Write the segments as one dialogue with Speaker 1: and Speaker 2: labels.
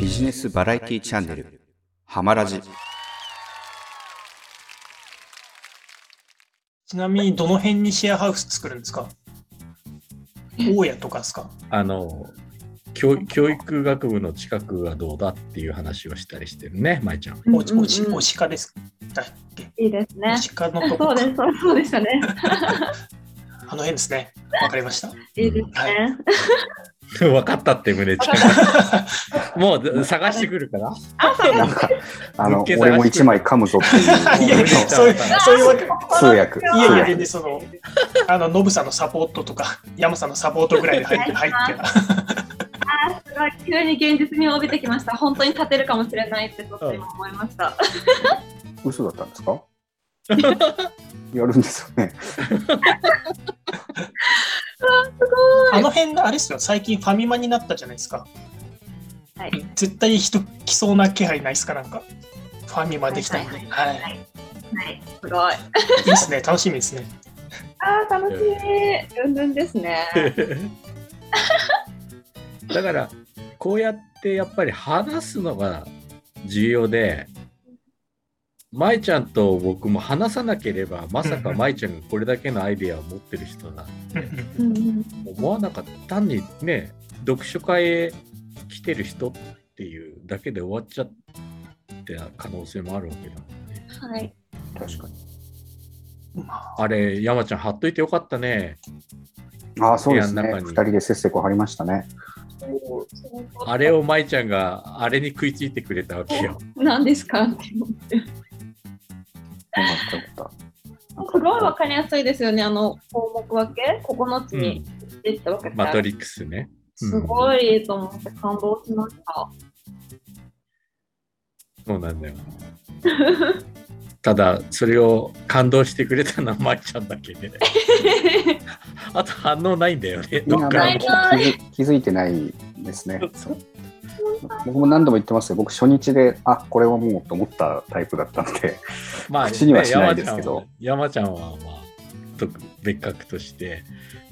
Speaker 1: ジネスバラエティチャンネル、ハマラジ。
Speaker 2: ちなみにどの辺にシェアハウス作るんですか大家とかですか
Speaker 3: あの教教育学部の近くはどうだっていう話をしたりしてるね、舞ちゃん。
Speaker 2: おちおち
Speaker 4: うんうんうん
Speaker 2: おしかですだっけ
Speaker 4: いいですね
Speaker 2: お。しかのとこ
Speaker 4: そうです、そうそうでしたね。
Speaker 2: あの辺ですね。わかりました。
Speaker 4: いいですね。
Speaker 3: 分かったって胸 ちゃん。もう探してくるから。
Speaker 1: なんか、 あの
Speaker 3: 物、件探して
Speaker 1: 俺も一枚噛むぞって
Speaker 2: いや
Speaker 1: い
Speaker 2: いうや、そういうそういうわけ。
Speaker 1: 通訳。
Speaker 2: いやいや、
Speaker 1: 通
Speaker 2: 全然その、あの、ノブさんのサポートとか、ヤマさんのサポートぐらいで入って、入ってた。
Speaker 4: すごい急に現実味を帯びてきました。本当に立てるかもしれないってちょっと今思いました。
Speaker 1: 訳。嘘だったんです かやるんですよね。
Speaker 2: あの辺があれですよ、最近ファミマになったじゃないですか。
Speaker 4: はい。
Speaker 2: 絶対人来そうな気配ないですかなんか。ファミマできたんで。はい。い
Speaker 4: はい、すごい。
Speaker 2: いですね、楽しみですね。
Speaker 4: ああ、楽しみ。うんうんですね。
Speaker 3: だからこうやってやっぱり話すのが重要で舞ちゃんと僕も話さなければまさか舞ちゃんがこれだけのアイデアを持ってる人だ
Speaker 2: うんうん
Speaker 4: うんうん
Speaker 3: 思わなかった単にね読書会へ来てる人っていうだけで終わっちゃった可能性もあるわけだもんね。
Speaker 4: はい。
Speaker 1: 確かに。
Speaker 2: まあ、
Speaker 3: あれ山ちゃん貼っといてよかったね。
Speaker 1: ああ、そうです
Speaker 3: 部
Speaker 1: ね
Speaker 3: 屋。の中に
Speaker 1: 二人でせっせこ張りましたね。
Speaker 3: あれを舞ちゃんがあれに食いついてくれたわけよ。
Speaker 4: 何ですかって思って
Speaker 1: よかったよかっ
Speaker 4: すごいわかりやすいですよね。あの項目分け、9つにできたわけですか
Speaker 3: マ
Speaker 4: ら
Speaker 3: トリックスね。
Speaker 4: すごいと思って感動しました。
Speaker 3: そうなんだよ。ただそれを感動してくれたのは舞ちゃんだけで、あと反応ないんだよね。
Speaker 1: た。みん
Speaker 3: ど
Speaker 1: なあ
Speaker 3: っか
Speaker 1: の
Speaker 3: に
Speaker 1: 気
Speaker 4: わかんな
Speaker 1: づ気づいてないですね。
Speaker 3: そう
Speaker 1: 僕も何度も言ってますよ。僕初日で、あ、これはもうと思ったタイプだったん で。
Speaker 3: まあ、
Speaker 1: 口にはしないですけど
Speaker 3: ね山ちゃんは山ちゃんはまあ特別格として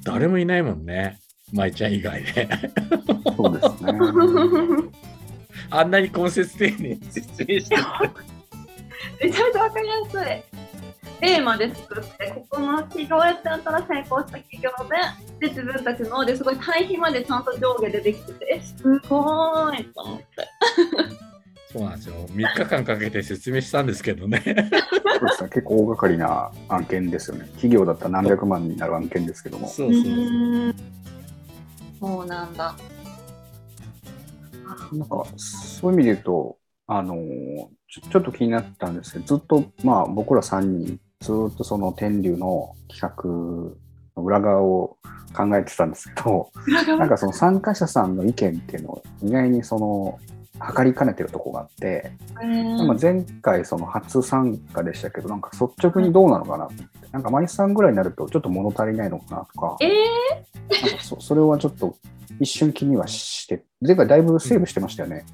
Speaker 3: 誰もいないもんね舞ちゃん以外で
Speaker 1: そうですね。
Speaker 3: あんなに根節丁寧に説明して
Speaker 4: めちゃめちゃわかりやすい。テーマで作って、ここの企業やってたら成功した企業で、で、自分たちの、で、すごい対比までちゃんと上下でできてて、え、すごーいと思って。
Speaker 3: そうなんですよ3日間かけて説明したんですけどね
Speaker 1: そうですね結構大掛かりな案件ですよね。企業だったら何百万になる案件ですけども。
Speaker 3: そううそう
Speaker 4: ーんそうなんだ。あ
Speaker 1: なんかそういう意味で言うと、あのーちょちょっと気になったんですけど、ずっと、まあ、僕ら3人、ずっとその天竜の企画の裏側を考えてたんですけど、
Speaker 4: 裏側
Speaker 1: なんかその参加者さんの意見っていうのを意外にその、測りかねてるとこがあって、
Speaker 4: えー
Speaker 1: まあ前回その初参加でしたけど、なんか率直にどうなのかなって、なんか毎さんぐらいになるとちょっと物足りないのかなとか、
Speaker 4: え
Speaker 1: なんかそそれはちょっと一瞬気にはして、前回だいぶセーブしてましたよね。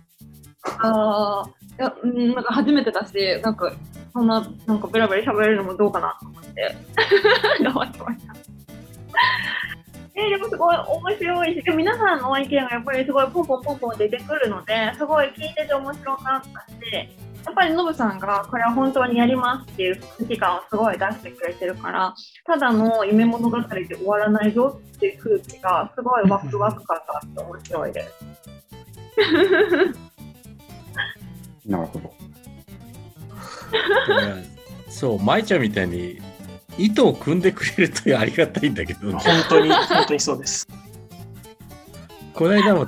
Speaker 4: ー、あーいや、うん、なんか初めてだし、なんか、そんな、なんかベラベラ喋れるのもどうかなと思って、 頑張ってました。えでもすごい面白いし、でも皆さんの意見がやっぱりすごいポンポンポンポン出てくるので、すごい聞いてて面白かったし、やっぱりノブさんがこれは本当にやりますっていう空気感をすごい出してくれてるから、ただの夢物語で終わらないよっていう空気がすごいワクワク感があって面白いです。
Speaker 1: なるほど。
Speaker 3: だからそう舞ちゃんみたいに糸を組んでくれるとありがたいんだけどね
Speaker 2: 本当に、本当にそうです。
Speaker 3: この間も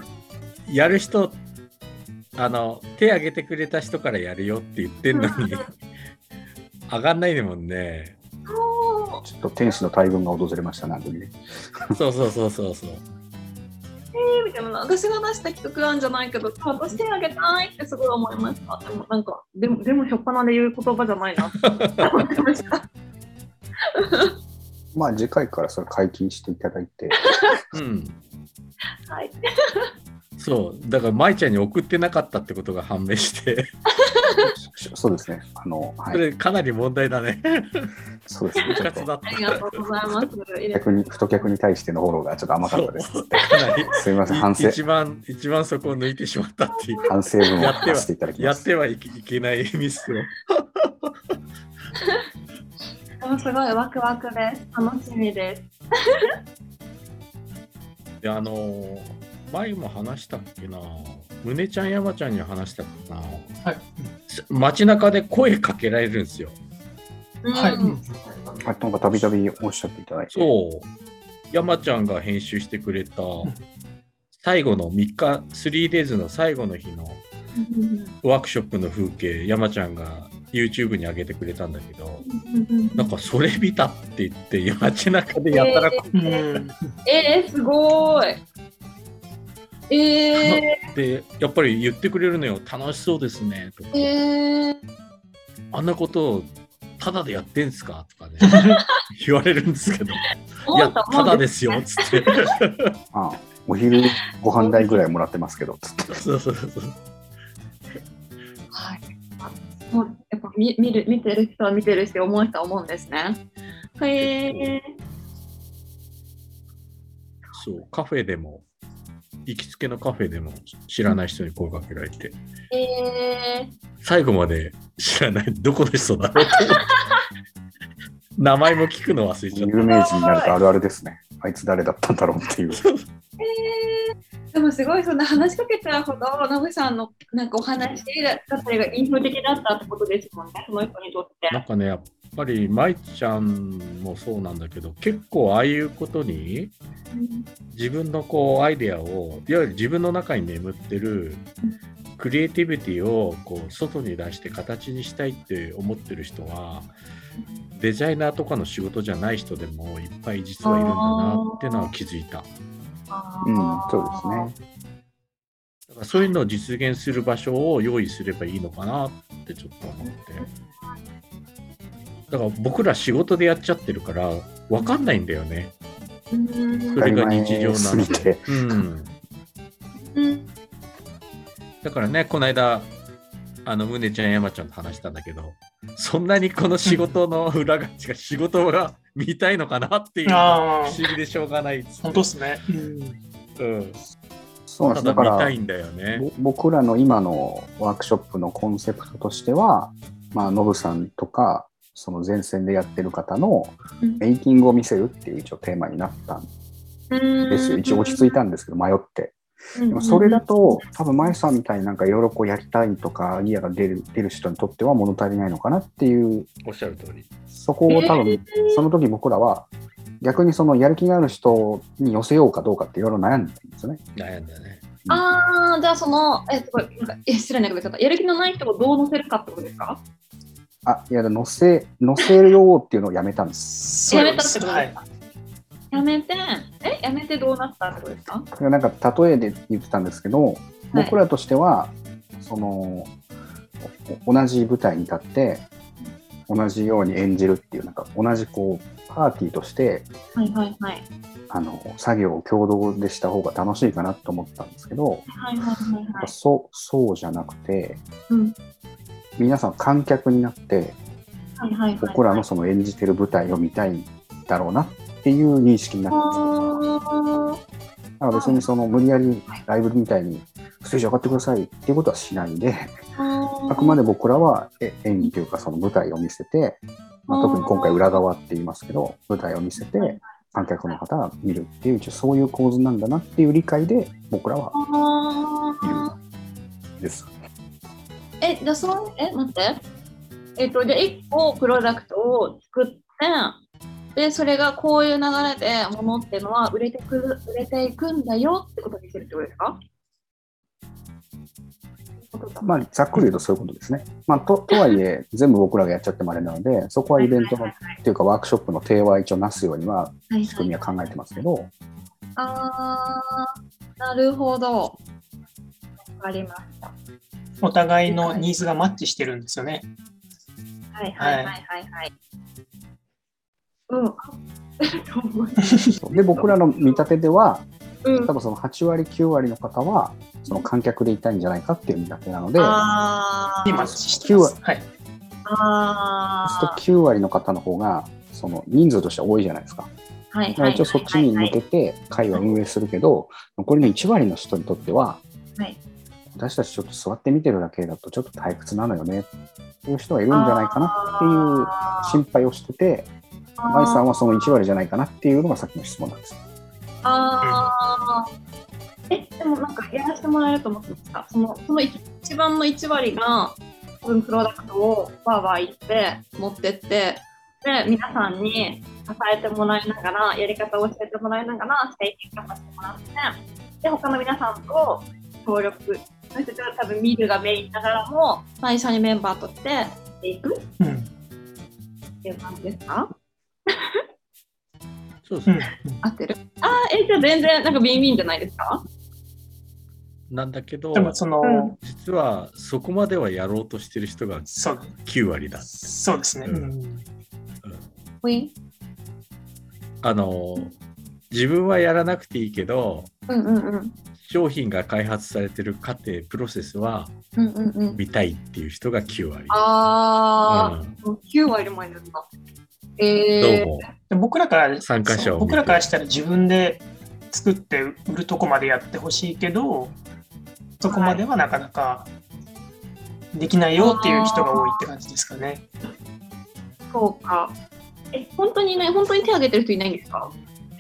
Speaker 3: やる人あの手挙げてくれた人からやるよって言ってんの に
Speaker 4: うん
Speaker 3: 上がんないもんね
Speaker 4: そう
Speaker 1: ちょっと天使の大群が訪れましたね、あの時ね。
Speaker 3: そうそうそうそうそう
Speaker 4: みたいな私が出した企画案じゃないけど私手あげたいってすごい思いましたでもなんかでもでもしょっぱなで言う言葉じゃない なって思ってました
Speaker 1: まあ 次回からそれ解禁していただいて、
Speaker 3: うん
Speaker 4: はい
Speaker 3: そうだから舞ちゃんに送ってなかったってことが判明して
Speaker 1: しそうですね。あの、は
Speaker 3: そ
Speaker 1: い。
Speaker 3: れかなり問題 だね
Speaker 1: そうですね。
Speaker 3: 不
Speaker 1: ちょっ
Speaker 3: 活
Speaker 1: と
Speaker 3: だっ
Speaker 4: あ
Speaker 3: た
Speaker 4: りがとうございます。入れ
Speaker 1: 客に、太客に対してのフォローがちょっと甘かった です。
Speaker 3: そうかなり
Speaker 1: すみません、反省、
Speaker 3: 一番一番そこを抜いてしまったっていう
Speaker 1: 反省文を
Speaker 3: やっては
Speaker 1: させていただき
Speaker 3: や
Speaker 1: ま
Speaker 3: っ
Speaker 1: す。
Speaker 3: てはいけいけないミスを
Speaker 4: でもすごいワクワクです。楽しみです。
Speaker 3: であのー前も話したっけな胸ちゃん山ちゃんには話したっけな
Speaker 2: はい。
Speaker 3: 街中で声かけられるんですよ
Speaker 4: うん
Speaker 2: はい。
Speaker 1: あなんかたびたびおっしゃっていただいて。
Speaker 3: そう山ちゃんが編集してくれた
Speaker 2: ん
Speaker 3: 最後の3日 3days の最後の日のワークショップの風景山ちゃんが YouTube に上げてくれたんだけどなんかそれ見たって言って街中でやたらこ
Speaker 2: うん。
Speaker 4: えー、すごーい。え
Speaker 3: うってやっぱり言ってくれるのよ楽しそうですねとか
Speaker 4: ー、えー、
Speaker 3: あんなことをただでやってんすかとか ね言われるんですけどい
Speaker 4: 思
Speaker 3: や
Speaker 4: った
Speaker 3: た
Speaker 4: も
Speaker 3: だ
Speaker 4: ん
Speaker 3: で
Speaker 4: です
Speaker 3: よっつ って
Speaker 1: あお昼ご飯代ぐらいもらってますけど、つって
Speaker 3: そうそうそう
Speaker 4: はい。あもうやっぱ見見る見てる人は見てるし、思う人は思うんですね。へえ
Speaker 3: そうカフェでも行きつけのカフェでも知らない人に声かけられて
Speaker 4: ー、え
Speaker 3: 最後まで知らないどこの人だろう と思って名前も聞くの忘れちゃ
Speaker 1: 有
Speaker 3: っ
Speaker 1: 名人になるとあるあるですね。あいつ誰だったんだろう っていう。
Speaker 4: ー、でもすごいそんな話しかけちゃうほど、ノブさんのなんかお話だったりが印象的だったってことですもんね、その人にとって
Speaker 3: た。なんかねやっぱり舞ちゃんもそうなんだけど結構ああいうことに自分のこうアイデアをいわゆる自分の中に眠ってるクリエイティビティをこう外に出して形にしたいって思ってる人はデザイナーとかの仕事じゃない人でもいっぱい実はいるんだなってのは気づいただか
Speaker 1: うん、
Speaker 4: そ
Speaker 1: そうですね。
Speaker 3: らそういうのを実現する場所を用意すればいいのかなってちょっと思ってだから僕ら仕事でやっちゃってるから分かんないんだよね
Speaker 4: うん
Speaker 3: それが日常な
Speaker 1: す
Speaker 3: の
Speaker 1: ぎて。
Speaker 3: うん
Speaker 4: うん
Speaker 3: だからね、この間、あの、むねちゃん、山ちゃんと話したんだけど、そんなにこの仕事の裏が、違う仕事が見たいのかなっていう、不
Speaker 2: ああ
Speaker 3: 思。議でしょうがないっつって
Speaker 2: 本当ですね。うん。
Speaker 3: うん、
Speaker 1: そうなんです。だ
Speaker 3: ただ
Speaker 1: か
Speaker 3: 見た
Speaker 1: ら
Speaker 3: い、んだよね。
Speaker 1: ぼ僕らの今のワークショップのコンセプトとしては、まあ、ノブさんとか、その前線でやってる方の
Speaker 4: うん
Speaker 1: メイキングを見せるっていう一応テーマになったん
Speaker 4: うん
Speaker 1: ですよ。一応落ち着いたんですけど、迷って。
Speaker 4: うん
Speaker 1: でもそれだと、多分、まゆさんみたいになんかいろいろこうやりたいとか、アイディアが出る出る人にとっては物足りないのかなっていう
Speaker 3: おっしゃる通り。
Speaker 1: そこを多分、
Speaker 4: え
Speaker 1: その時僕らは逆にそのやる気がある人に寄せようかどうかっていろいろ悩んでたんですよね。
Speaker 3: 悩んだね。
Speaker 4: ああ、じゃあその、え、すごい、なんか、え、失礼なこと言っちゃった。やる気のない人をどう乗せるかってことですか
Speaker 1: あ、いや、乗せ、乗せようっていうのをやめたんです。
Speaker 2: そう
Speaker 4: やめ
Speaker 2: で
Speaker 4: たって
Speaker 2: す。
Speaker 4: こと
Speaker 2: は
Speaker 4: です
Speaker 2: い。
Speaker 4: か、やめて、え、やめてどうなったってことですか
Speaker 1: これなんか例えで言ってたんですけど、僕らとしては、その、お同じ舞台に立って、同じように演じるっていう、なんか同じこう、パーティーとして、
Speaker 4: はいはいはい。
Speaker 1: あの、作業を共同でした方が楽しいかなと思ったんですけど、
Speaker 4: はいはいはいはい。
Speaker 1: そう、そうじゃなくて、
Speaker 4: うん
Speaker 1: 皆さん観客になって、
Speaker 4: はいはいはい。
Speaker 1: 僕らのその演じてる舞台を見たいんだろうなっていう認識になってます。
Speaker 4: あー
Speaker 1: だから別にその無理やりライブみたいにステージ上がってくださいっていうことはしないんで、
Speaker 4: あ
Speaker 1: あくま
Speaker 4: で。
Speaker 1: で僕らはえ演技というかその舞台を見せて、まあ、特に今回裏側って言いますけど、舞台を見せて観客の方が見るっていう、一応そういう構図なんだなっていう理解で僕らは
Speaker 4: あ
Speaker 1: です。
Speaker 4: ーえ、じゃあそう、え、待って。えっと、じゃあ1個プロダクトを作って、で、それがこういう流れで物ってのは売れてくる、売れていくんだよってことにするってことですか
Speaker 1: まあ、ざっくり言うとそういうことですね。まあ、ととはいえ、全部僕らがやっちゃってもあれなので、そこはイベントのっていうかワークショップの定は一応なすようには
Speaker 4: はい
Speaker 1: 仕組みは考えてますけど、
Speaker 4: あー、なるほど。わかりました。
Speaker 2: お互いのニーズがマッチしてるんですよね。
Speaker 4: はいはいはいはいはい。うん。
Speaker 1: で僕らの見立てでは
Speaker 4: うん
Speaker 1: 多分その8割、9割の方は、その観客でいたいんじゃないかっていう見立てなので、そう
Speaker 4: あー
Speaker 2: 今、してます。はい。
Speaker 4: あ
Speaker 1: すると9割の方の方が、その人数としては多いじゃないですか。
Speaker 4: ーはい
Speaker 1: だから一応そっちに向けて会は運営するけど、残りの1割の人にとっては、
Speaker 4: はい
Speaker 1: 私たちちょっと座って見てるだけだとちょっと退屈なのよねっていう人がいるんじゃないかなっていう心配をしてて、舞さんはその1割じゃないかなっていうのがさっきの質問なんです。
Speaker 4: あーえ、でもなんかやらせてもらえると思ってました。その、その一番の1割が、多分プロダクトをバーバー行って、持ってって、で、皆さんに支えてもらいながら、やり方を教えてもらいながら、製品化させてもらって、で、他の皆さんと協力、そして多分見るがメインながらも、最初にメンバーとしてやっていくっ
Speaker 2: うん。
Speaker 4: ていう感じですか
Speaker 3: そうです
Speaker 2: う
Speaker 3: ね。
Speaker 2: ん。
Speaker 4: 合ってるあー、え、じゃあ全然、なんかビンビンじゃないですか
Speaker 3: なんだけど
Speaker 2: で、も、その、
Speaker 4: うん
Speaker 3: 実はそこまではやろうとしてる人が
Speaker 2: そう、
Speaker 3: 9割だ。
Speaker 2: そうですね。うん。
Speaker 4: ウィン
Speaker 3: あの、自分はやらなくていいけど、
Speaker 4: うんうんうん。
Speaker 3: 商品が開発されてる過程、プロセスは
Speaker 4: うんうんうん。
Speaker 3: 見たいっていう人が9割。
Speaker 4: あ
Speaker 3: うん
Speaker 4: ー、もう9割もいるんだ。えー、
Speaker 3: どうも。
Speaker 2: で僕らから、
Speaker 3: 参加者を
Speaker 2: そう
Speaker 3: 見
Speaker 2: 僕
Speaker 3: て
Speaker 2: らからしたら自分で作って売るとこまでやってほしいけど、そこまではなかなかできないよっていう人が多いって感じですかね。
Speaker 4: そうか。え、本当にいない、本当に手挙げてる人いないんですか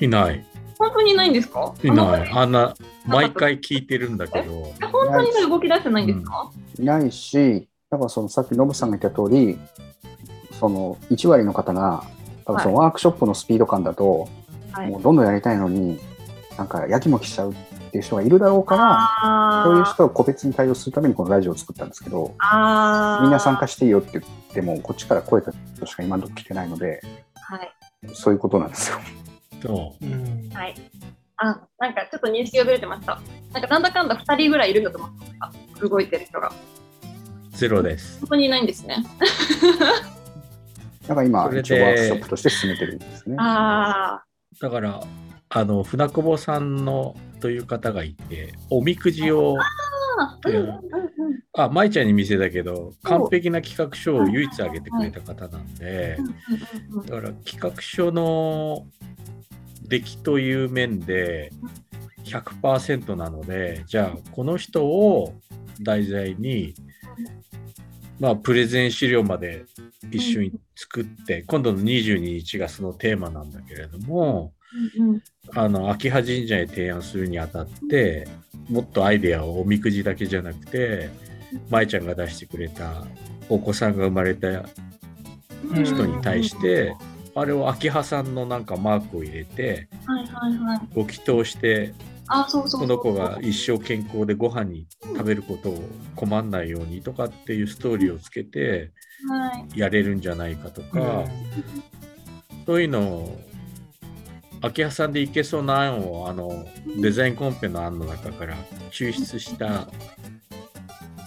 Speaker 3: いない。
Speaker 4: 本当にいないんですか
Speaker 3: い
Speaker 4: あ
Speaker 3: ない。あんな、
Speaker 4: た
Speaker 3: 毎回聞いてるんだけど、
Speaker 4: え本当にね動き出してないんですか、
Speaker 1: いないし、だからそのさっきノブさんが言った通り、その1割の方が、多分そのワークショップのスピード感だと、
Speaker 4: はい
Speaker 1: もうどんどんやりたいのに、なんかやきもきしちゃうっていう人がいるだろうから、
Speaker 4: あ
Speaker 1: そういう人を個別に対応するためにこのラジオを作ったんですけど、
Speaker 4: あー
Speaker 1: みんな参加していいよって言っても、こっちから声かけた人しか今のとこ来てないので、
Speaker 4: はい。
Speaker 1: そういうことなんですよ。
Speaker 3: でも
Speaker 2: うん
Speaker 4: はい。あ、なんかちょっと認識がずれてました。なんかなんだかんだ2人ぐらいいるかと思ってました。動いてる人が。
Speaker 3: ゼロです。
Speaker 4: 本当にいないんですね。
Speaker 1: だから今、
Speaker 3: それ
Speaker 1: 一
Speaker 3: で
Speaker 1: 応ワークショップとして進めてるんですね。
Speaker 4: あ
Speaker 3: だから、あの、船久保さんのという方がいて、おみくじを、
Speaker 4: あー。うんうんうんうん
Speaker 3: あ、舞ちゃんに見せたけど、完璧な企画書を唯一あげてくれた方なんで
Speaker 4: う、んうんうんうん
Speaker 3: だから企画書の出来という面で100%なのでじゃあこの人を題材にまあプレゼン資料まで一緒に作って今度の22日がそのテーマなんだけれども
Speaker 4: うんうん
Speaker 3: あの秋葉神社へ提案するにあたってもっとアイデアをおみくじだけじゃなくて舞ちゃんが出してくれたお子さんが生まれた
Speaker 2: うん
Speaker 3: 人に対して、あれを秋葉さんのなんかマークを入れて
Speaker 4: はいはいはい。
Speaker 3: ご祈祷して
Speaker 4: あ、そうそうそう。
Speaker 3: この子が一生健康でご飯に食べることを困んないようにとかっていうストーリーをつけて
Speaker 4: はい。
Speaker 3: やれるんじゃないかと
Speaker 2: う
Speaker 3: か、
Speaker 2: ん
Speaker 3: そういうのを秋葉さんでいけそうな案をあのデザインコンペの案の中から抽出した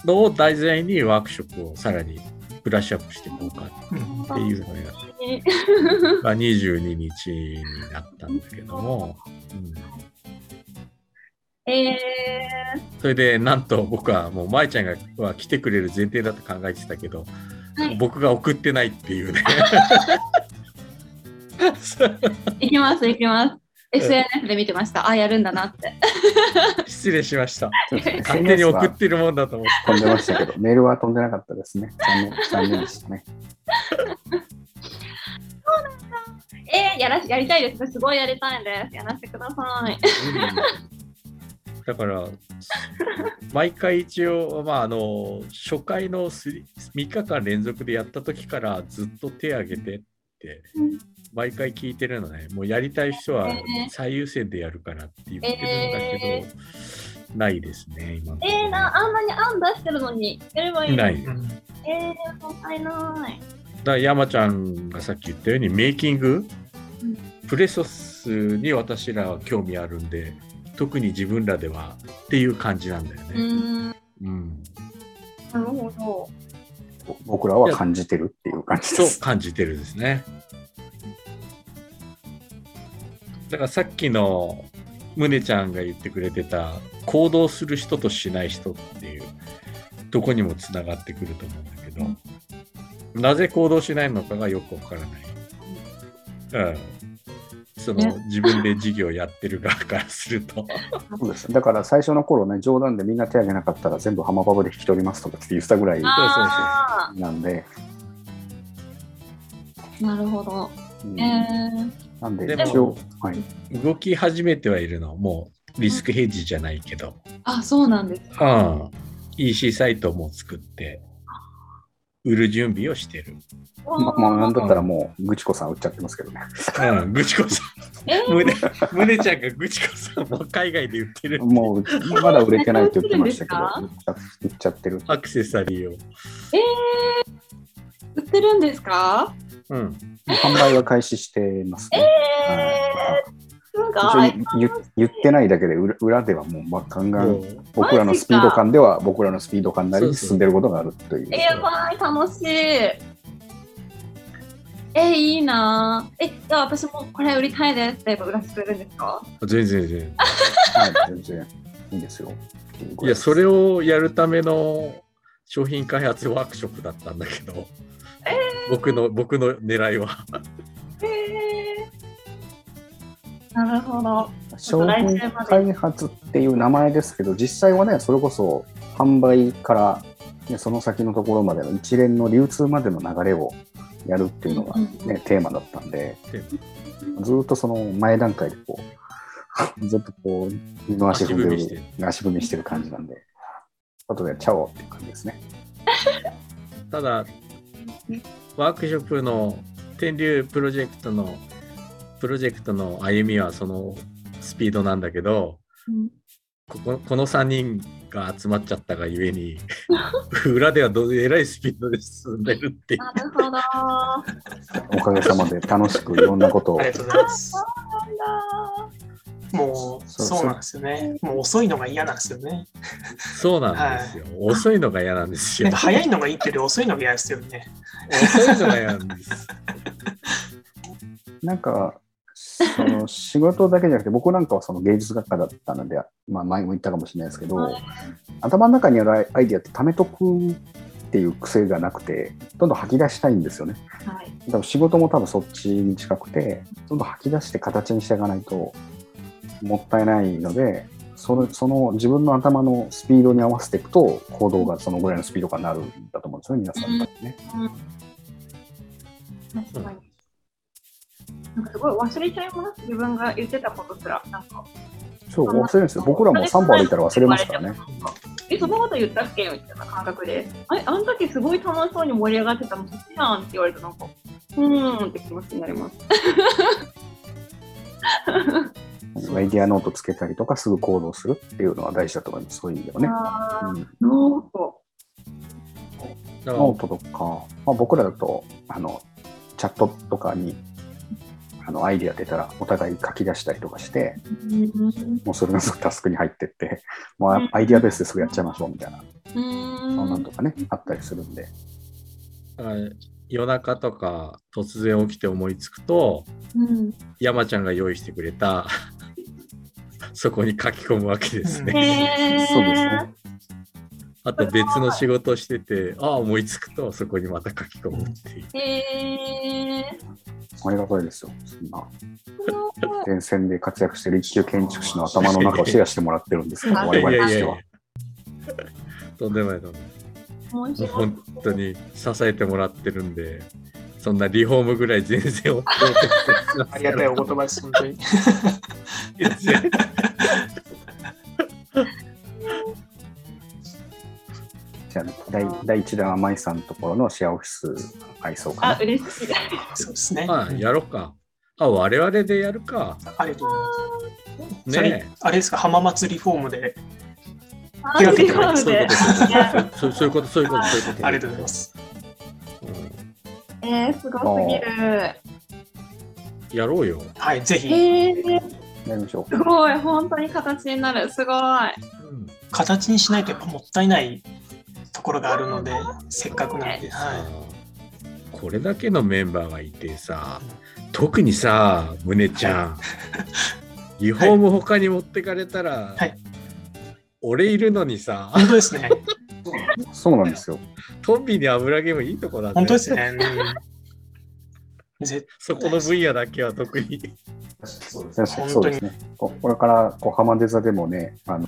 Speaker 3: のを題材にワークショップをさらにブラッシュアップしていこうか
Speaker 2: うん
Speaker 3: っていうのをやっ
Speaker 4: え
Speaker 3: が22日になったんだけども、うん
Speaker 4: え
Speaker 3: それでなんと僕はもう舞ちゃんがは来てくれる前提だと考えてたけど、
Speaker 4: ー、はい、
Speaker 3: 僕が送ってないっていう ね そう
Speaker 4: 行きます行きます。SNS で見てました。あ、やるんだなって。
Speaker 3: 失礼しました
Speaker 1: そう ですね
Speaker 3: 勝手に
Speaker 1: SNS は
Speaker 3: 送ってるもんだと思って
Speaker 1: 飛んでましたけど、メールは飛んでなかったですね。残念残念でしたね。
Speaker 4: えー、やらしやりたいです。すごいやりたいんです。やらせてください。
Speaker 3: だから毎回一応、まあ、あの初回の 3, 日間連続でやった時からずっと手挙げてって
Speaker 4: うん
Speaker 3: 毎回聞いてるのねもうやりたい人は
Speaker 4: えー
Speaker 3: 最優先でやるからって言ってるんだけど、ないですね今のとこ
Speaker 4: え
Speaker 3: ろ
Speaker 4: ー、なあんなに案出してるのにやればいいの
Speaker 3: な
Speaker 4: に
Speaker 3: いだか
Speaker 2: うん
Speaker 4: えー、もったいない。
Speaker 3: ら山ちゃんがさっき言ったようにメイキング、
Speaker 4: うん
Speaker 3: プレソスに私らは興味あるんで特に自分らではっていう感じなんだよ
Speaker 4: うー
Speaker 3: ね。
Speaker 4: ん、な
Speaker 3: うん
Speaker 4: るほど。
Speaker 1: 僕らは感じてるっていう感じで
Speaker 3: と
Speaker 1: す。
Speaker 3: 感じてるですね。だからさっきのむねちゃんが言ってくれてた行動する人としない人っていうどこにもつながってくると思うんだけど、なぜ行動しないのかがよくわからない。うん。その、自分で事業やってる側からすると。
Speaker 1: そうですだから最初の頃ね、冗談でみんな手挙げなかったら全部浜パブで引き取りますとかって言ってたぐらい
Speaker 4: あ
Speaker 1: なんで、
Speaker 4: ーなるほど。
Speaker 1: うん
Speaker 4: えー、
Speaker 1: なんで
Speaker 3: でも
Speaker 1: 一応、はい、
Speaker 3: 動き始めてはいるの。もうリスクヘッジじゃないけど。
Speaker 4: あ、そうなんです。
Speaker 3: うん。EC サイトも作って、売る準備をしてる。
Speaker 1: ままあ、なんだったらもう、ぐちこさん売っちゃってますけどね。
Speaker 3: うん、ぐちこさ
Speaker 4: え
Speaker 3: ん。むね、むねちゃんがぐちこさんも海外で売ってる。
Speaker 1: もう、まだ売れてないって言ってました けど、
Speaker 4: 売
Speaker 1: 売っちゃ売っちゃってる。
Speaker 3: アクセサリーを。
Speaker 4: 売ってるんですか？
Speaker 3: うん。
Speaker 1: 販売は開始してますね。
Speaker 4: えー、なんか
Speaker 1: 一応言言ってないだけで裏裏ではもうまあガンガン
Speaker 3: も
Speaker 1: 僕らのスピード感では僕らのスピード感なりに進んでることがあるという。
Speaker 4: えやばい楽しい。えいいなー。えじゃあ私もこれ売りたいですって言えば売らせてくれるんですか？
Speaker 3: う全然全然。
Speaker 1: はい、全然いいですよ。
Speaker 3: いや、それ
Speaker 1: を
Speaker 3: をやるための商品開発ワークショップだったんだけど、僕の、僕の狙いは。
Speaker 4: えー、なるほど。
Speaker 1: 商品開発っていう名前ですけど実際はねそれこそ販売からね、その先のところまでの一連の流通までの流れをやるっていうのが、ね
Speaker 4: うんうん
Speaker 1: テーマだったんでずっとその前段階でこうずっとこう二の足踏
Speaker 3: 足踏み
Speaker 1: ん
Speaker 3: して
Speaker 1: でる足踏みしてる感じなんで後でチャオっていう感じですね。
Speaker 3: ただ、ワークショップの天竜プロジェクトの、プロジェクトの歩みはそのスピードなんだけど、
Speaker 4: うん
Speaker 3: こここの3人が集まっちゃったがゆ えに、裏ではどうえらいスピードで進んでるっていう。
Speaker 4: なるほど。なんだ
Speaker 1: おかげさまで楽しくいろんなことを
Speaker 2: ありがとうございます。もう、
Speaker 1: そう
Speaker 2: そうなんですよね。もう遅いのが嫌なんですよね。
Speaker 3: そうなんですよ。遅いのが嫌なんです
Speaker 2: な
Speaker 3: よ
Speaker 2: んか。早いのがいいっていうより遅いのが嫌ですよね。
Speaker 3: 遅いのが嫌なんです。
Speaker 1: なんか、その仕事だけじゃなくて、僕なんかはその芸術学科だったので、まあ、前も言ったかもしれないですけど、
Speaker 4: はい
Speaker 1: 頭の中にあるアイディアって貯めとくっていう癖がなくて、どんどん吐き出したいんですよね。
Speaker 4: はい。
Speaker 1: 多分仕事も多分そっちに近くて、どんどん吐き出して形にしていかないともったいないので、そのその自分の頭のスピードに合わせていくと行動がそのぐらいのスピード感になるんだと思うんですよね、皆さんやっぱりね。
Speaker 4: 確かに。なんかすごい忘れちゃいます。自分が言ってたことすら。なんか
Speaker 1: そう、忘れるんですよ。僕らも散歩歩いたら忘れますからね。。
Speaker 4: え、そのこと言ったっけみたいな感覚で、あれ、あの時すごい楽しそうに盛り上がってたの、そっちやんって言われたなんか、うーんって気持ちになります。
Speaker 1: アイディアノートつけたりとかすぐ行動するっていうのは大事だと思います。そういう意味ではね。
Speaker 4: あー
Speaker 1: うん
Speaker 4: ノート。
Speaker 3: だから
Speaker 1: ノートとか、まあ、僕らだとあのチャットとかにあのアイディア出たらお互い書き出したりとかして、
Speaker 4: う
Speaker 1: もうそれがすぐタスクに入ってって、もう
Speaker 4: うん
Speaker 1: あアイディアベースですぐやっちゃいましょうみたいな、そんな
Speaker 4: ー
Speaker 1: ん
Speaker 4: ん。
Speaker 1: とかね、あったりするんで。
Speaker 3: だから夜中とか突然起きて思いつくと
Speaker 4: うん
Speaker 3: 山ちゃんが用意してくれたそこに書き込むわけですね。
Speaker 4: へー。
Speaker 1: そうですね。
Speaker 3: あと別の仕事しててああ思いつくとそこにまた書き込むっていう。
Speaker 4: へー。
Speaker 1: ありがたいですよ。そんな
Speaker 4: すごい
Speaker 1: 前線で活躍してる一級建築士の頭の中をシェアしてもらってるんですけど、我々としては。
Speaker 3: とんでもないとんでもない
Speaker 4: 面
Speaker 3: もう
Speaker 4: 白い。
Speaker 3: 本当に支えてもらってるんでそんなリフォームぐらい全然お
Speaker 2: ありがたいお言葉です、本当に。
Speaker 3: 全然
Speaker 1: じゃあ、第第1弾は舞さんのところのシェアオフィス愛想かな
Speaker 4: あ、。嬉しいです。
Speaker 2: そうです ね。
Speaker 3: まあやろうか。あ我々でやるか。
Speaker 2: ありがとうございます。それ
Speaker 3: ね
Speaker 2: あれですか、浜松リフォームで。
Speaker 4: あ
Speaker 2: 手を挙げてくれ
Speaker 4: な
Speaker 2: る
Speaker 4: ので。い
Speaker 3: え
Speaker 4: や
Speaker 3: そそういうことそういうことそういうこ と。
Speaker 2: ありがとうございます。
Speaker 3: うん
Speaker 4: えー、すごすぎる。
Speaker 3: やろうよ。
Speaker 2: はい、ぜひ、
Speaker 4: へー。
Speaker 1: やりましょう
Speaker 4: す。ごい、本当に形になる。すごい。
Speaker 2: 形にしないとやっぱもったいないところがあるので、せっかくなんで。
Speaker 3: あ
Speaker 2: は
Speaker 3: ーこれだけのメンバーがいてさ、特にさ、むねちゃん、リフォーム他に持ってかれたら、
Speaker 2: はい
Speaker 3: 俺いるのにさ、
Speaker 2: 本当ですね。
Speaker 1: そうなんですよ。
Speaker 3: トンビに油ゲームいいとこだね。
Speaker 2: 本当ですね。うん、ぜ
Speaker 3: そこの分野だけは特に。
Speaker 1: 確かにそうですね。ここれからこう浜デザでもね、あの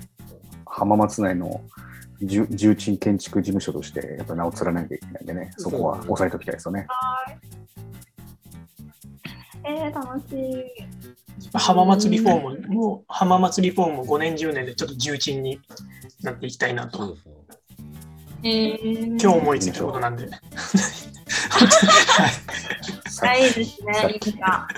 Speaker 1: 浜松内の重重鎮建築事務所として、やっぱ名を連ねなきゃいけないんでね、そこは押さえておきたいですよね。
Speaker 4: えー、楽しい。
Speaker 2: 浜松リフォームも、浜松リフォームも5年、10年でちょっと重鎮になっていきたいなと。
Speaker 3: そうそう
Speaker 4: えー、
Speaker 2: 今日思いついたことなんで。
Speaker 1: さ
Speaker 4: あいいですね
Speaker 1: さ、
Speaker 4: いいか。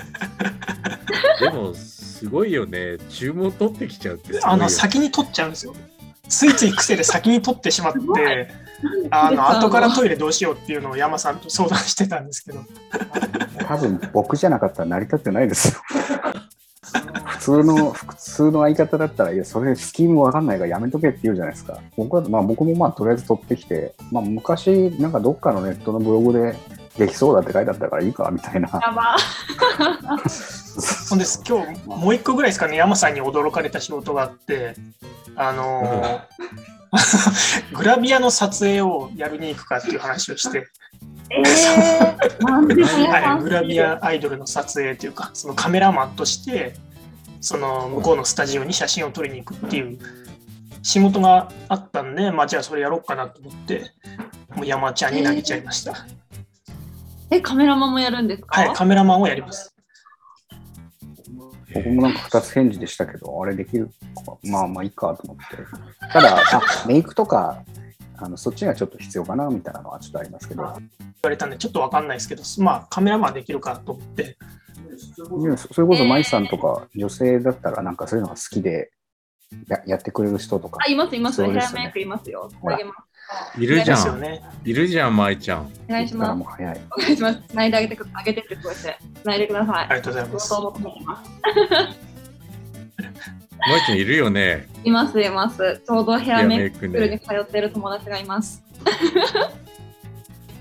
Speaker 3: でも、すごいよね。注文取ってきちゃうってすごいよ。
Speaker 2: あの、先に取っちゃうんですよ。ついつい癖で先に取ってしまって、あの、後からトイレどうしようっていうのを山さんと相談してたんですけど、
Speaker 1: 多分僕じゃなかったら成り立ってないですよ。 普通の普通の相方だったら、いや、それスキームわかんないからやめとけって言うじゃないですか。僕は、まあ僕もまあとりあえず取ってきて、まあ昔なんかどっかのネットのブログでできそうだって書いてあったからいいかみたいな。
Speaker 4: やば。
Speaker 2: ほんです、今日もう一個ぐらいですかね、山さんに驚かれた仕事があって、あのー グラビアの撮影をやりに行くかっていう話をして、
Speaker 4: えー、なんでこの
Speaker 2: はい、
Speaker 4: 話
Speaker 2: グラビアアイドルの撮影というかそのカメラマンとしてその向こうのスタジオに写真を撮りに行くっていう仕事があったんで、まあ、じゃあそれやろうかなと思ってもう山ちゃんに投げちゃいました、
Speaker 4: え、カメラマンもやるんですか、
Speaker 2: はいカメラマンをやります
Speaker 1: 僕もなんか2つ返事でしたけど、あれできるかまあまあいいかと思って。ただ、あメイクとか、あのそっちがちょっと必要かなみたいなのはちょっとありますけど、
Speaker 2: 言われたんでちょっと分かんないですけどまあカメラマンできるかと思って
Speaker 1: いやそそれこそ舞さんとか女性だったらなんかそういうのが好きでややってくれる人とか
Speaker 4: あ、、いますいます。
Speaker 1: そう
Speaker 4: ヘ
Speaker 1: で
Speaker 4: ア
Speaker 1: すね
Speaker 4: メイクいますよ。
Speaker 1: ほら
Speaker 4: あげます
Speaker 3: いるじ
Speaker 2: で
Speaker 3: ゃ
Speaker 2: すよ
Speaker 3: ん。
Speaker 2: ね
Speaker 3: いるじゃん、舞ちゃん。
Speaker 4: お願いし
Speaker 1: だから
Speaker 4: ま
Speaker 1: も
Speaker 4: す。
Speaker 1: う早い。
Speaker 4: お願いします。繋いであげてく、あげてってこうやって。繋いでください。
Speaker 2: ありがとうございます
Speaker 4: 相当求めてます
Speaker 3: 舞ちゃんいるよね。
Speaker 4: いますいます。ちょうどヘアメイクスクール
Speaker 3: ヘアメイ
Speaker 4: に通ってる友達がいます。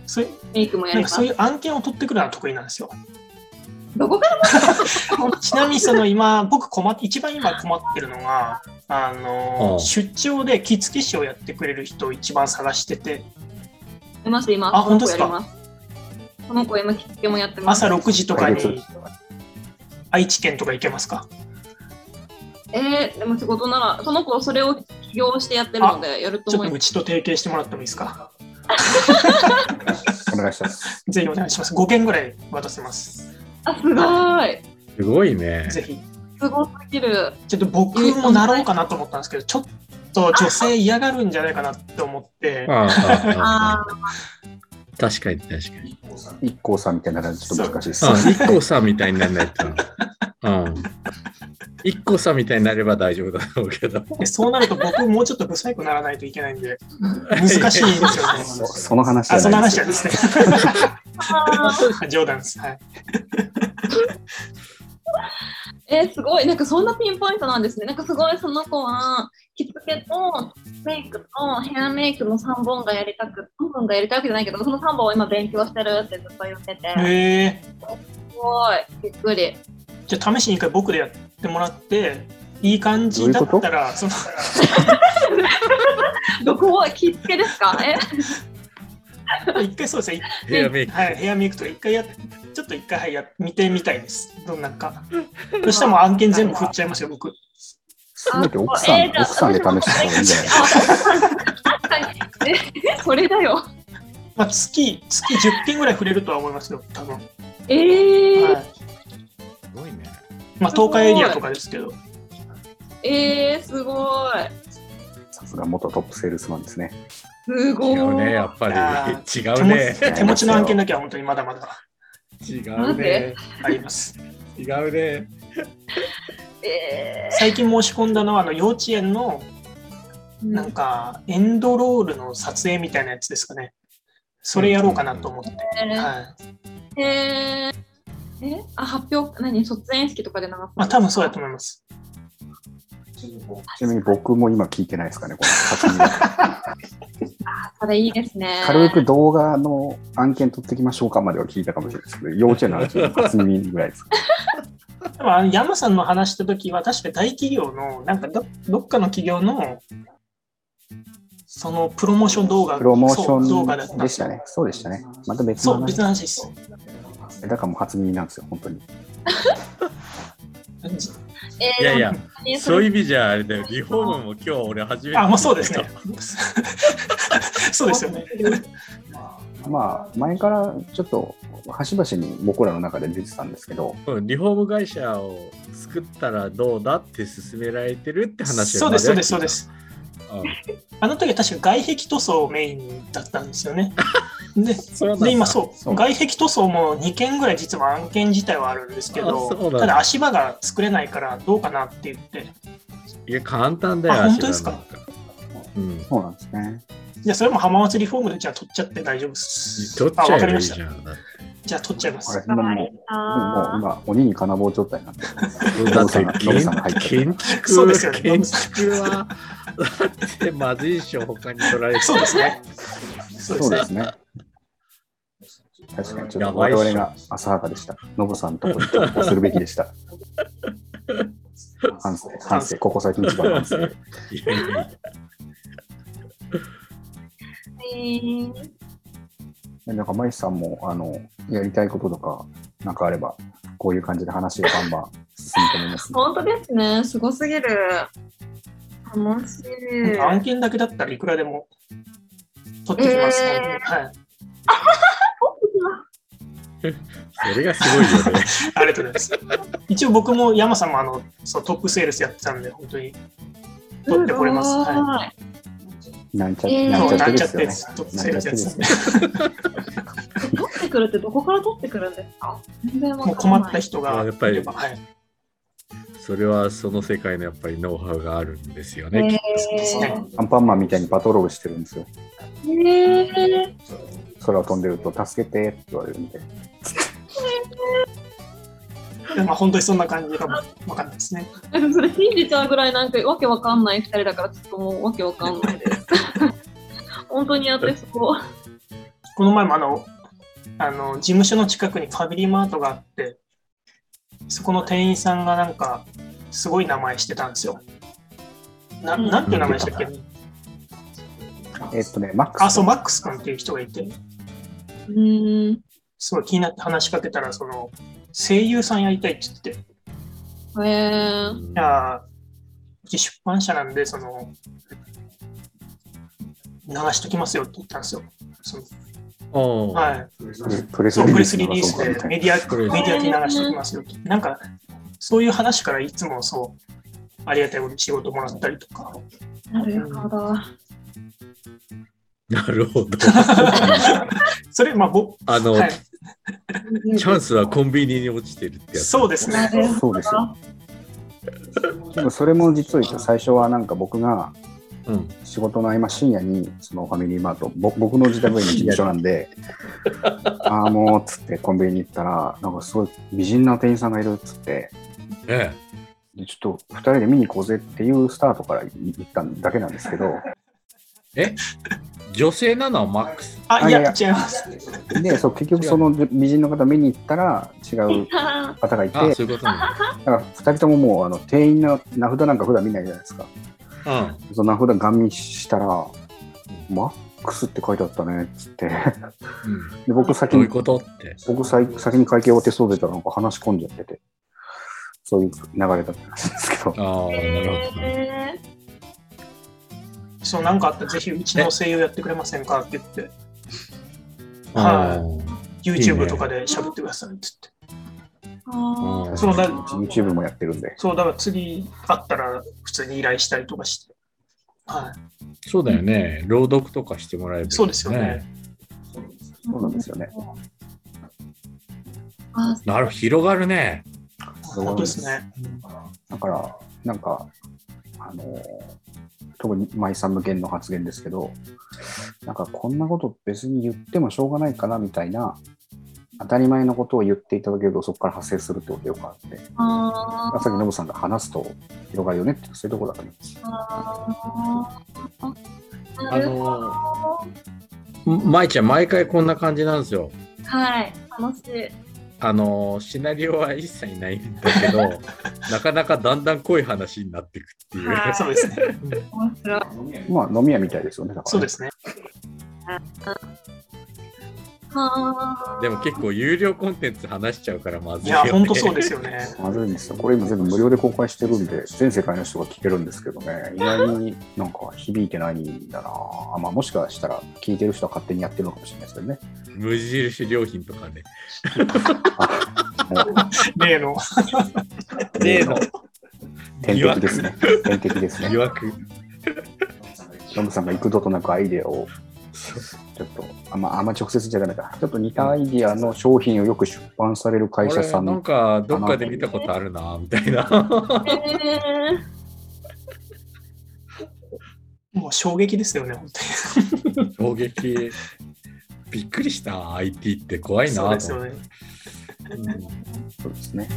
Speaker 2: そうい
Speaker 4: メイクも
Speaker 2: う
Speaker 4: や
Speaker 2: なん
Speaker 4: り
Speaker 2: か
Speaker 4: ま
Speaker 2: そう
Speaker 4: す。
Speaker 2: いう案件を取ってくるのは得意なんですよ
Speaker 4: どこから
Speaker 2: ちなみにその今僕困っ一番今困ってるのがあ
Speaker 3: う
Speaker 2: の
Speaker 3: ん
Speaker 2: 出張で着付け師をやってくれる人を一番探してて
Speaker 4: いますいます。
Speaker 2: あ本当ですか
Speaker 4: この子やりますこの子今着付けもやってます。
Speaker 2: 朝6時とか
Speaker 1: 解
Speaker 2: に
Speaker 1: 決
Speaker 2: 愛知県とか行けますか
Speaker 4: えー、でも仕事なら、その子それを起業してやってるので、やると
Speaker 2: ちょ
Speaker 4: 思
Speaker 2: っと
Speaker 4: いま
Speaker 2: う
Speaker 4: す。
Speaker 2: ちと提携してもらってもいいですか
Speaker 1: お願いします。
Speaker 2: ぜひお願いします5件ぐらい渡せます
Speaker 4: あ、すご
Speaker 3: すごいね。
Speaker 2: ぜひ
Speaker 4: い。すごすぎる。
Speaker 2: ちょっと僕もなろうかなと思ったんですけどちょっと女性嫌がるんじゃないかなって思って
Speaker 3: ああああ
Speaker 4: あ
Speaker 3: ああ確かに確かに。
Speaker 1: 一光さんみたいにならちょっと難しいです。
Speaker 3: うん、IKKO さんみたいにならないと。うん。IKKO さんみたいになれば大丈夫だろうけど。
Speaker 2: でそうなると僕もうちょっと不細工ならないといけないんで難しいですよね
Speaker 1: そその話じ
Speaker 2: あ
Speaker 1: ゃ
Speaker 2: そんな
Speaker 1: ないで
Speaker 2: 話
Speaker 1: す
Speaker 2: なんですね
Speaker 4: あ ー
Speaker 2: 冗談ですはい
Speaker 4: えー、すごい。なんかそんなピンポイントなんですね。なんかすごいその子は、着付けとメイクとヘアメイクの3本がやりたく、3本がやりたいわけじゃないけど、その3本を今勉強してるってずっと言ってて、
Speaker 2: へえ
Speaker 4: すごい。びっくり。
Speaker 2: じゃあ試しに一回僕でやってもらっていい感じだったらその
Speaker 4: どこは着付けですかえ
Speaker 2: 一回そうですね、
Speaker 3: ヘアメイク。
Speaker 2: はい、ヘアメイクとか一回やっちょっと一回、はい、や見てみたいですどんなんかそしたらもう案件全部振っちゃいますよ僕
Speaker 1: すべて奥さん、
Speaker 4: えーじゃあ
Speaker 1: 奥さんで試した方がいいんじゃないですか。
Speaker 4: 確かに。え、それだよ。
Speaker 2: まあ、月月10件ぐらい触れるとは思いますよ多分、は
Speaker 4: えー、
Speaker 2: い
Speaker 3: すごいね。
Speaker 2: まあ、東海エリアとかですけど
Speaker 4: えー、すごい。
Speaker 1: さすが元トップセールスマンですね。
Speaker 4: す
Speaker 3: 違
Speaker 4: ごい。
Speaker 3: うね、やっぱ
Speaker 2: あ
Speaker 3: り。違
Speaker 2: 手
Speaker 3: う
Speaker 2: 持
Speaker 3: ね
Speaker 2: ち。手持ちの案件だけは本当にまだまだ
Speaker 3: 違
Speaker 4: な
Speaker 3: うね
Speaker 4: ぜ。
Speaker 2: あります
Speaker 3: 違うね。
Speaker 4: え
Speaker 2: 最近申し込んだのはあの幼稚園の
Speaker 4: ー、
Speaker 2: なんかエンドロールの撮影みたいなやつですかねそれやろうかなと思って、はい
Speaker 4: えー、えあ発表何卒園式とかで流すの
Speaker 2: まあ多分そうだと思います。
Speaker 1: ちなみに僕も今聞いてないですかね、この初耳
Speaker 4: それいいですね
Speaker 1: 軽く動画の 案件取ってきましょうかまでは聞いたかもしれないですけど、幼稚園の話、初耳ぐらいです。
Speaker 2: まあ、山さんの話した時は、確か大企業の、なんかどどっかの企業の、そのプロモーション動画、
Speaker 1: プロモーシ
Speaker 2: そう動画だっ
Speaker 1: ョン
Speaker 2: た
Speaker 1: で。したね。そうでしたね。また別の
Speaker 2: そう、
Speaker 1: 話
Speaker 2: 別の話です。
Speaker 1: だからもう初耳なんですよ、本当に。
Speaker 4: え
Speaker 3: いやいや、
Speaker 4: や
Speaker 3: そういう意味じゃあれだよ、リフォームも今日俺初めて。
Speaker 2: あ、まあそうですね。 そうですよね。
Speaker 1: まあ、前からちょっと端々に僕らの中で出てたんですけど、
Speaker 3: うん。リフォーム会社を作ったらどうだって勧められてるって話。
Speaker 2: そうです、そうです、そうですす。
Speaker 3: うん
Speaker 2: あの時は確か外壁塗装メインだったんですよ ね。で、
Speaker 3: そうなんだ
Speaker 2: で今そう
Speaker 1: そう
Speaker 2: 外壁塗装も2件ぐらい実は案件自体はあるんですけ
Speaker 3: あそうな
Speaker 2: ど
Speaker 3: んだ
Speaker 2: ただ足場が作れないからどうかなって言って
Speaker 3: いや、簡単だよ、
Speaker 2: あ本当ですか
Speaker 3: 足裏なんうん。
Speaker 1: そうなんですね。
Speaker 2: じゃあそれも浜松リフォームでじゃあ取っちゃって大丈夫です
Speaker 3: 取っ
Speaker 2: あ
Speaker 3: ちゃ
Speaker 2: わ
Speaker 3: え
Speaker 2: かり
Speaker 3: ば
Speaker 2: ま
Speaker 3: いい
Speaker 2: し
Speaker 3: じ
Speaker 2: た
Speaker 3: ゃん。だって
Speaker 2: じゃあ取っちゃいま
Speaker 1: あれ
Speaker 2: す、
Speaker 1: 今もう、もう
Speaker 4: あ
Speaker 1: 今、鬼に金棒状態になってる。
Speaker 3: だ
Speaker 1: ノブ
Speaker 3: って
Speaker 1: さんがノブさんが入っ
Speaker 3: 建
Speaker 1: てる
Speaker 3: 建築
Speaker 2: そうですよね
Speaker 3: 建築はだってマジい賞他に取られて
Speaker 2: そうですねそうで
Speaker 1: そう
Speaker 2: す
Speaker 1: で
Speaker 2: ね
Speaker 1: すね。確かに、ちょっ
Speaker 3: や
Speaker 1: と
Speaker 3: ばい
Speaker 1: 我
Speaker 3: っしょ
Speaker 1: 々が浅はかでした。ノブさんのとこに投稿するべきで した。反省、反省、ここ最近一番の反省。
Speaker 3: いやいや
Speaker 4: えー
Speaker 1: なんか、マイさんも、あの、やりたいこととか、なんかあれば、こういう感じで話がバンバン進むと思います、
Speaker 4: 本当ですね、すごすぎる。楽しい。
Speaker 2: 案件だけだったらいくらでも取ってきます、
Speaker 4: え
Speaker 2: はい、
Speaker 3: それがすごいよね
Speaker 2: ありがとうございます一応僕も山さんもあのそうトップセールスやってたんで本当に取ってこれます
Speaker 4: ごい
Speaker 2: は
Speaker 1: なんちゃ、
Speaker 4: えー
Speaker 1: なんち
Speaker 2: そう
Speaker 1: ゃって
Speaker 2: なんち
Speaker 1: で
Speaker 2: ゃっ
Speaker 1: すよね。
Speaker 2: てトップ
Speaker 1: な
Speaker 2: セ
Speaker 1: ん
Speaker 2: ールス
Speaker 1: ちゃっ
Speaker 2: や
Speaker 1: て
Speaker 2: っ
Speaker 1: で
Speaker 2: てた
Speaker 1: す
Speaker 2: ん
Speaker 1: よ
Speaker 2: で
Speaker 1: ね。
Speaker 4: 取ってくるってどこから取ってくるんですか全然わか
Speaker 2: も
Speaker 4: んな
Speaker 2: う
Speaker 4: い
Speaker 2: 困った人が
Speaker 3: あやっぱり
Speaker 2: いればはい
Speaker 3: それはその世界のやっぱりノウハウがあるんですよね、きっ
Speaker 2: うですね
Speaker 1: アンパンマンみたいにパトロールしてるんですよ。
Speaker 4: えーえ
Speaker 1: 空を飛んでると、助けてって言われるんで。
Speaker 2: でまあ本当にそんな感じかもわかんないですね。
Speaker 4: ーそれ信じちゃうぐらいなんかわけわかんない二人だからちょっともうわけわかんないです。 本当にやってそう。
Speaker 2: この前もあの、あの事務所の近くにファミリーマートがあって、そこの店員さんがなんか、すごい名前してたんですよ。ななんていう名前でしたっけ
Speaker 1: えっとね、マックス。
Speaker 2: あ、そう、マックス君っていう人がいて、
Speaker 4: うーん。
Speaker 2: すごい気になって話しかけたら、その、声優さんやりたいって言って、い
Speaker 4: えー、
Speaker 3: と
Speaker 2: やー、うち出版社なんで、その、流しときますよって言ったんですよ。その
Speaker 3: おー
Speaker 2: はい。
Speaker 1: プレス
Speaker 2: そう、
Speaker 1: リリー
Speaker 2: プレ
Speaker 1: ス
Speaker 2: ス
Speaker 1: の方
Speaker 2: リ
Speaker 1: が
Speaker 2: リース
Speaker 1: そうかみた
Speaker 2: で
Speaker 1: い
Speaker 2: メディア、
Speaker 3: プレス
Speaker 2: メディアに流しておきますよって。なんか、そういう話からいつもそう、ありがたいことに仕事もらったりとか。
Speaker 4: なるほど。
Speaker 3: なるほど
Speaker 2: それ、まあ、ぼ、
Speaker 3: あの、
Speaker 2: はい、
Speaker 3: チャンスはコンビニに落ちてるってやつ
Speaker 2: そうです
Speaker 4: な
Speaker 2: ね。
Speaker 4: る
Speaker 1: な。そうですよ。でもそれも実を言うと最初はなんか僕が
Speaker 3: うん、
Speaker 1: 仕事の合間深夜にそのファミリーマートぼ僕の自宅に事務所なん でああもうっつってコンビニに行ったらなんかすごい美人な店員さんがいるっつって
Speaker 3: え
Speaker 1: でちょっと2人で見に行こうぜっていうスタートから行っただけなんです けど
Speaker 3: え女性なのマックス
Speaker 2: あ、い
Speaker 1: いや
Speaker 2: や、
Speaker 1: い
Speaker 2: 違います。
Speaker 1: でそう結局その美人の方見に行ったら違う
Speaker 4: ほ
Speaker 1: 方がいて
Speaker 3: あ
Speaker 1: だ
Speaker 3: そういうことな
Speaker 1: から2人とももうあの店員の名札なんか普段見ないじゃないですか
Speaker 3: のうん
Speaker 1: その名札ガン見したら「マックス」って書いてあったねっつって
Speaker 3: うん
Speaker 1: で僕先
Speaker 3: どうい
Speaker 1: に
Speaker 3: うことって。
Speaker 1: 僕最先に会計を手そうでたらなんか話し込んじゃってて、そういう流れだったらしいんですけど、
Speaker 3: ああ、
Speaker 4: ど。
Speaker 3: なるほど。
Speaker 4: え
Speaker 2: そう、なんかあったら、ぜひ、うちの声優やってくれませんかって言って、
Speaker 3: あいい
Speaker 2: YouTube
Speaker 3: ね
Speaker 2: とかで喋ってくださいって言って。
Speaker 4: ー、あ
Speaker 3: ー
Speaker 4: ー
Speaker 3: うん
Speaker 2: そうだ
Speaker 1: YouTube もやってるんで、
Speaker 2: そう、だから次あったら、普通に依頼したりとかして。はい。
Speaker 3: そうだよね。朗読とかしてもらえる、
Speaker 2: そうですよね。
Speaker 1: そうなんですよね。
Speaker 4: あー
Speaker 3: なる広がるね。
Speaker 2: 本当ですね。
Speaker 1: だから、なんか、あのー特に舞さん向けの発言ですけど、なんかこんなこと別に言ってもしょうがないかなみたいな、当たり前のことを言っていただけるとそこから発生するってことがよくあって、
Speaker 4: あ
Speaker 1: さっきノブさんが話すと広がるよねって、そういうところだと思います。
Speaker 4: あーな
Speaker 3: あ
Speaker 4: るほど。
Speaker 3: のー、まいちゃん、毎回こんな感じなんですよ。
Speaker 4: はい、楽しい。
Speaker 3: あのシナリオは一切ないんだけ どなかなかだんだん濃い話になっていくっていう、
Speaker 4: はい
Speaker 2: そうですね。
Speaker 4: 面白い。
Speaker 1: まあ飲み屋みたいですよね。だからね
Speaker 2: そうですね。
Speaker 4: は
Speaker 3: でも結構有料コンテンツ話しちゃうからまず
Speaker 2: い
Speaker 3: いよ、
Speaker 2: や、
Speaker 3: ね、
Speaker 2: 本当そうですよね。
Speaker 1: まずいんですよ。これ今全部無料で公開してるんで、全世界の人が聞けるんですけどね、意外になんか響いてないんだなあまあもしかしたら聞いてる人は勝手にやってるのかもしれないですけどね。
Speaker 3: 無印良品とかね
Speaker 2: 例の。
Speaker 3: 例の
Speaker 1: 天
Speaker 3: 疑
Speaker 1: 敵
Speaker 3: 惑
Speaker 1: ですね。天敵です
Speaker 3: 疑
Speaker 1: ね。
Speaker 3: 惑
Speaker 1: ノムさんが幾度となくアイデアを、ちょっと、あんまあんま直接じゃダメか。ちょっと似たアイデアの商品をよく出版される会社さ
Speaker 3: 俺
Speaker 1: ん
Speaker 3: なん
Speaker 1: の、
Speaker 3: かどっかで見たことあるなみたい な
Speaker 4: ーへー
Speaker 2: もう衝撃ですよね、本当に。
Speaker 3: 衝撃びっくりした IT って怖いな
Speaker 2: そう
Speaker 3: と
Speaker 2: ですよ
Speaker 3: 思って
Speaker 2: ね。
Speaker 3: うん
Speaker 1: そうですね。